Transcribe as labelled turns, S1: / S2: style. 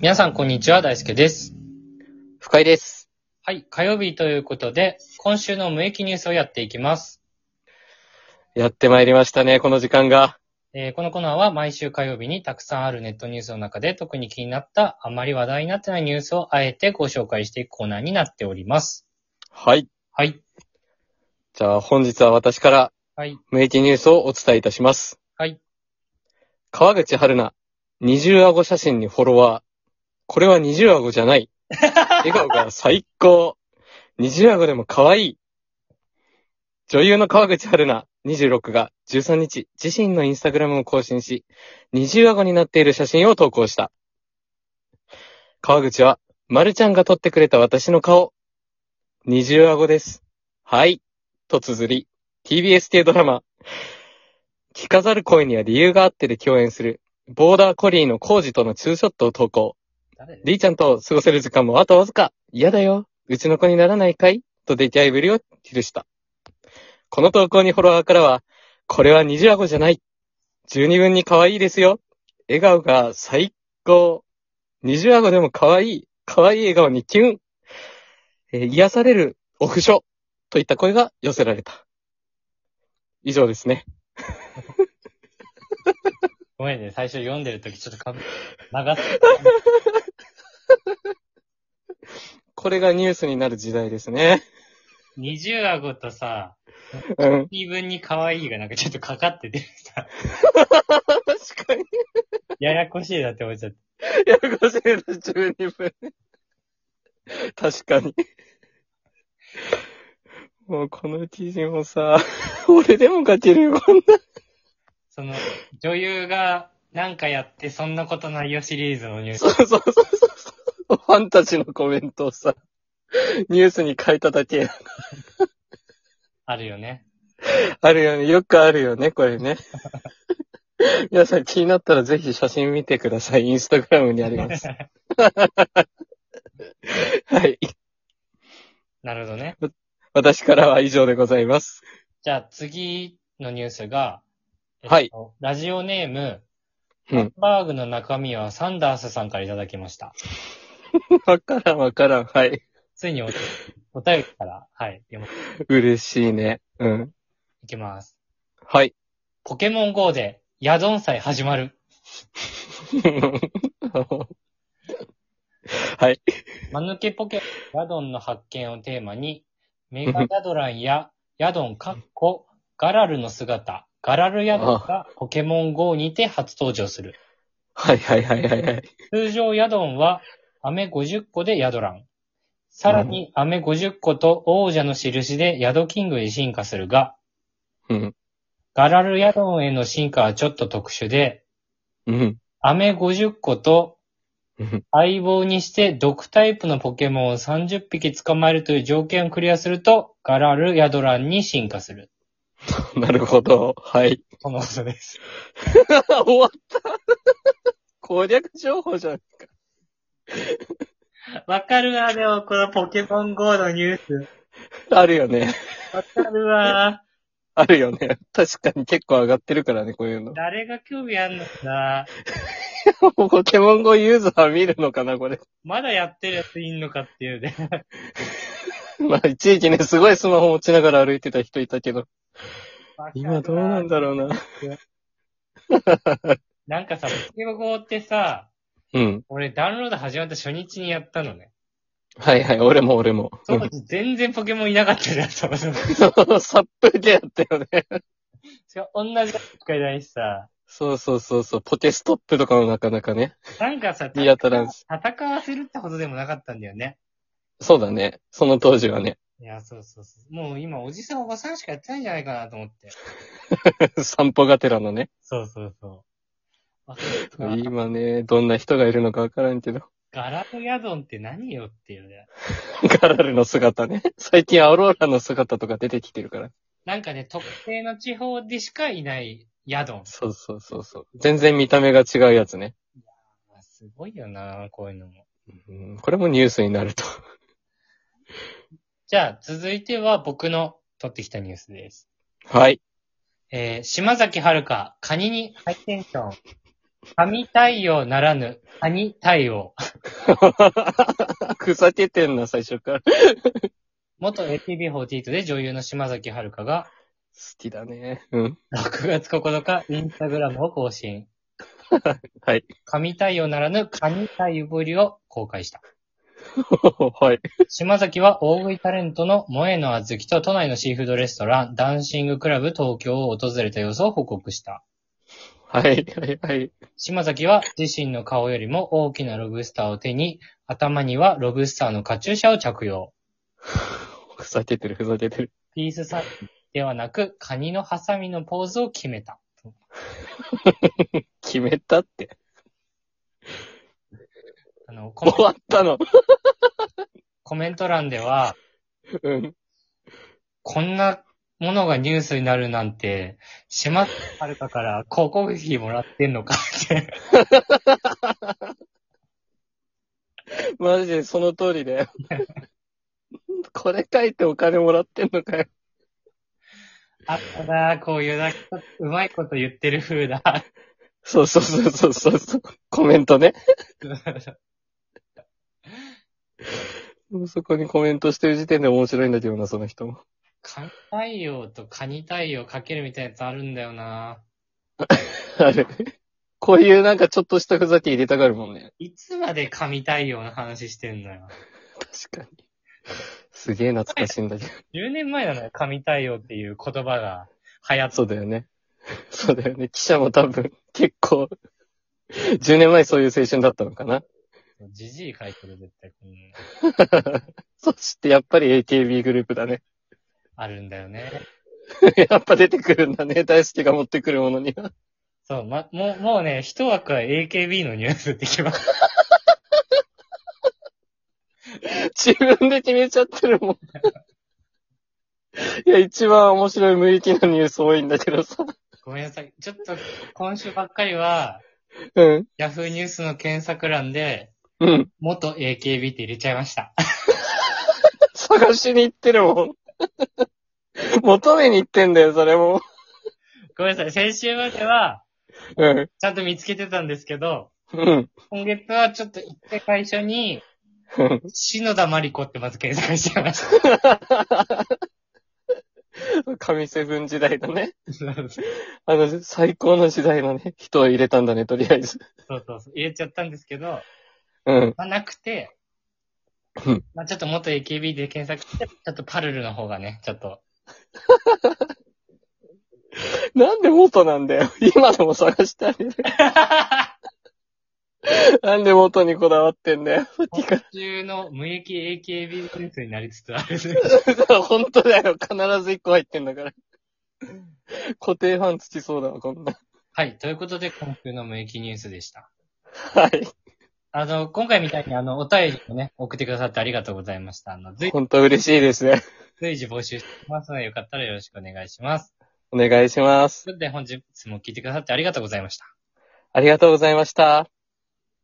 S1: 皆さん、こんにちは。大輔です。
S2: 深井です。
S1: はい。火曜日ということで、今週の無益ニュースをやっていきます。
S2: やってまいりましたね、この時間が。
S1: えーこのコーナーは毎週火曜日にたくさんあるネットニュースの中で特に気になった、あまり話題になってないニュースをあえてご紹介していくコーナーになっております。
S2: はい。
S1: はい。
S2: じゃあ本日は私から
S1: はい。
S2: 無益ニュースをお伝えいたします。
S1: はい。
S2: 川口春奈、二重顎写真にフォロワー。これは二重顎じゃ ない。笑顔が最高。二重顎でも可愛い。女優の川口春奈、26が13日、自身のインスタグラムを更新し、二重顎になっている写真を投稿した。川口は、まるちゃんが撮ってくれた私の顔。二重顎です。はい。と綴り、TBS 系ドラマ、着飾る恋には理由があってで共演する、ボーダーコリーのコージとのツーショットを投稿。
S1: 誰
S2: リーちゃんと過ごせる時間もあとわずか。嫌だよ。うちの子にならないかいと出来合いぶりを記した。この投稿にフォロワーからは、これは二重顎じゃない。十二分に可愛いですよ。笑顔が最高。二重顎でも可愛い。可愛い笑顔にキュン。えー癒される、オフショ。といった声が寄せられた。以上ですね。
S1: ごめんね。最初読んでるときちょっとかぶ、長っ
S2: これがニュースになる時代ですね。
S1: 二重顎とさ、
S2: うん。
S1: 二分に可愛いがなんかちょっとかかっててさ、
S2: 確かに。
S1: ややこしいなって思っちゃって。
S2: やるこしいな、12分。確かに。もうこの記事もさ、俺でも書けるよ、こんな。
S1: その、女優がなんかやってそんなことないよシリーズのニュース
S2: そう。そうそうそうそう。ファンタジーのコメントをさ、ニュースに書いただけ。
S1: あるよね。
S2: あるよね。よくあるよね、これね。皆さん気になったらぜひ写真見てください。インスタグラムにあります。はい。
S1: なるほどね。
S2: 私からは以上でございます。
S1: じゃあ次のニュースが、
S2: はい
S1: えっと。ラジオネーム、
S2: うん
S1: ハンバーグの中身はサンダースさんからいただきました。
S2: わからんわからん。はい。
S1: ついにおお便りから、はい、読み
S2: 嬉しいね。うん。
S1: いきます。
S2: はい。
S1: ポケモン GO で、ヤドン祭始まる。
S2: はい。
S1: 間抜けポケモン、ヤドンの発見をテーマに、メガヤドランや、ヤドンかっこ、ガラルの姿、ガラルヤドンがポケモン GO にて初登場する。
S2: はいはいはいはいはい。
S1: 通常ヤドンは、飴50個でヤドラン。さらに、飴50個と王者の印でヤドキングに進化するが、
S2: うん。
S1: ガラルヤドンへの進化はちょっと特殊で、
S2: うん。
S1: 飴50個と
S2: うん
S1: 相棒にして毒タイプのポケモンを30匹捕まえるという条件をクリアすると、ガラルヤドランに進化する。
S2: なるほど。はい。
S1: そのことです。
S2: 終わった。攻略情報じゃん。
S1: わかるわ、でもこのポケモン GO のニュース。
S2: あるよね。
S1: わかるわ。
S2: あるよね。確かに結構上がってるからね、こういう の。
S1: 誰が興味あんのかな
S2: ポケモン GO ユーザー見るのかな、これ。
S1: まだやってるやついんのかっていうね。
S2: まあ、一時期ね、すごいスマホ持ちながら歩いてた人いたけど。今どうなんだろうな。
S1: なんかさ、ポケモン GO ってさ、
S2: うん。
S1: 俺ダウンロード始まった初日にやったのね。
S2: はいはい、俺も俺も。
S1: その時全然ポケモンいなかったじゃん、そもそも。
S2: うん、サップ系やったよね。
S1: しかも同じ扱いないしさ、
S2: そうそうそうそう。ポケストップとかもなかなかね。
S1: なんかさ、
S2: いや、たらんす。
S1: 戦わせるってほどでもなかったんだよね。
S2: そうだね。その当時はね。
S1: いや、そうそうそう。もう今おじさんおばさんしかやってないんじゃないかなと思って。
S2: 散歩がてらのね。
S1: そうそうそう。あそうか
S2: 今ね、どんな人がいるのかわからんけど。
S1: ガラとヤドンって何よっていうね。
S2: ガラルの姿ね。最近アローラの姿とか出てきてるから。
S1: なんかね、特定の地方でしかいないヤドン。
S2: そうそうそうそう。全然見た目が違うやつね。
S1: すごいよな、こういうのも。
S2: うん、これもニュースになると。
S1: じゃあ、続いては僕の取ってきたニュースです。
S2: はい。
S1: えー、島崎遥香、カニにハイテンション。神対応ならぬ、谷対応。
S2: ふざけてんな、最初から。好
S1: 元 AKB48 で女優の島崎遥香が、
S2: きだね。うん。
S1: 6月9日、インスタグラムを更新。
S2: はい。
S1: 神対応ならぬ、カニ対応ぶりを公開した。
S2: はい。
S1: 島崎は大食いタレントの萌えのあずきと都内のシーフードレストラン、ダンシングクラブ東京を訪れた様子を報告した。
S2: はい、はい、はい。
S1: 島崎は自身の顔よりも大きなロブスターを手に、頭にはロブスターのカチューシャを着用。
S2: ふざけてる、ふざけてる。
S1: ピースサインではなく、カニのハサミのポーズを決めた。
S2: 決めたって。
S1: あの、コメ
S2: 終わったの。
S1: コメント欄では、
S2: うん。
S1: こんなものがニュースになるなんて、島崎遥香から広告費もらってんのかって。
S2: マジでその通りだよ。 これ書いてお金もらってんのかよ。
S1: あったなぁこういうなんか、うまいこと言ってる風だ。
S2: そうそうそうそうそうそう。コメントね。そこにコメントしてる時点で面白いんだけどな、その人も。
S1: カニ対応とカニ対応かけるみたいなやつあるんだよな
S2: あれ。こういうなんかちょっとしたふざけ入れたがるもんね。
S1: いつまで神対応の話してんのよ。
S2: 確かに。すげえ懐かしいんだけど。
S1: 10年前なのよ、神対応っていう言葉が流行っ
S2: そうだよね。そうだよね。記者も多分結構、10年前そういう青春だったのかな。
S1: た。じじい書いてる絶対、うん
S2: そしてやっぱり AKB グループだね。
S1: あるんだよね。
S2: やっぱ出てくるんだね。大好きが持ってくるものには。
S1: そう、ま、もう、もうね、一枠は AKB のニュースってきます。
S2: 自分で決めちゃってるもん。いや、一番面白い無益なニュース多いんだけどさ。
S1: ごめんなさい。ちょっと、今週ばっかりは、
S2: うん。
S1: Yahoo ニュースの検索欄で、
S2: うん。
S1: 元 AKB って入れちゃいました。
S2: 探しに行ってるもん。求めに行ってんだよ、それも。
S1: ごめんなさい。先週までは、
S2: うん。
S1: ちゃんと見つけてたんですけど、
S2: うん。
S1: 今月はちょっと一回会社に、
S2: うん
S1: 篠田真理子ってまず検索しちゃいま した。
S2: 神セブン時代だね。あの、最高の時代のね、人を入れたんだね、とりあえず。
S1: そうそうそう。入れちゃったんですけど、
S2: うん。
S1: まあ、なくて
S2: うん、
S1: まあ、ちょっと元 AKB で検索して、ちょっとパルルの方がね、ちょっ と、
S2: なんで元なんだよ。今でも探してあげる。なんで元にこだわってんだよ。
S1: 今週の無益 AKB ニュースになりつつある。
S2: 本当だよ。必ず1個入ってんだから。固定ファンつきそうだわ、こんな。
S1: はい。ということで、今週の無益ニュースでした。
S2: はい。
S1: あの、今回みたいに、あの、お便りをね、送ってくださってありがとうございました。あの、随
S2: 本当嬉しいですね。
S1: 随時募集してますので、よかったらよろしくお願いします。
S2: お願いします。
S1: ということで、本日も聞いてくださってありがとうございました。
S2: ありがとうございました。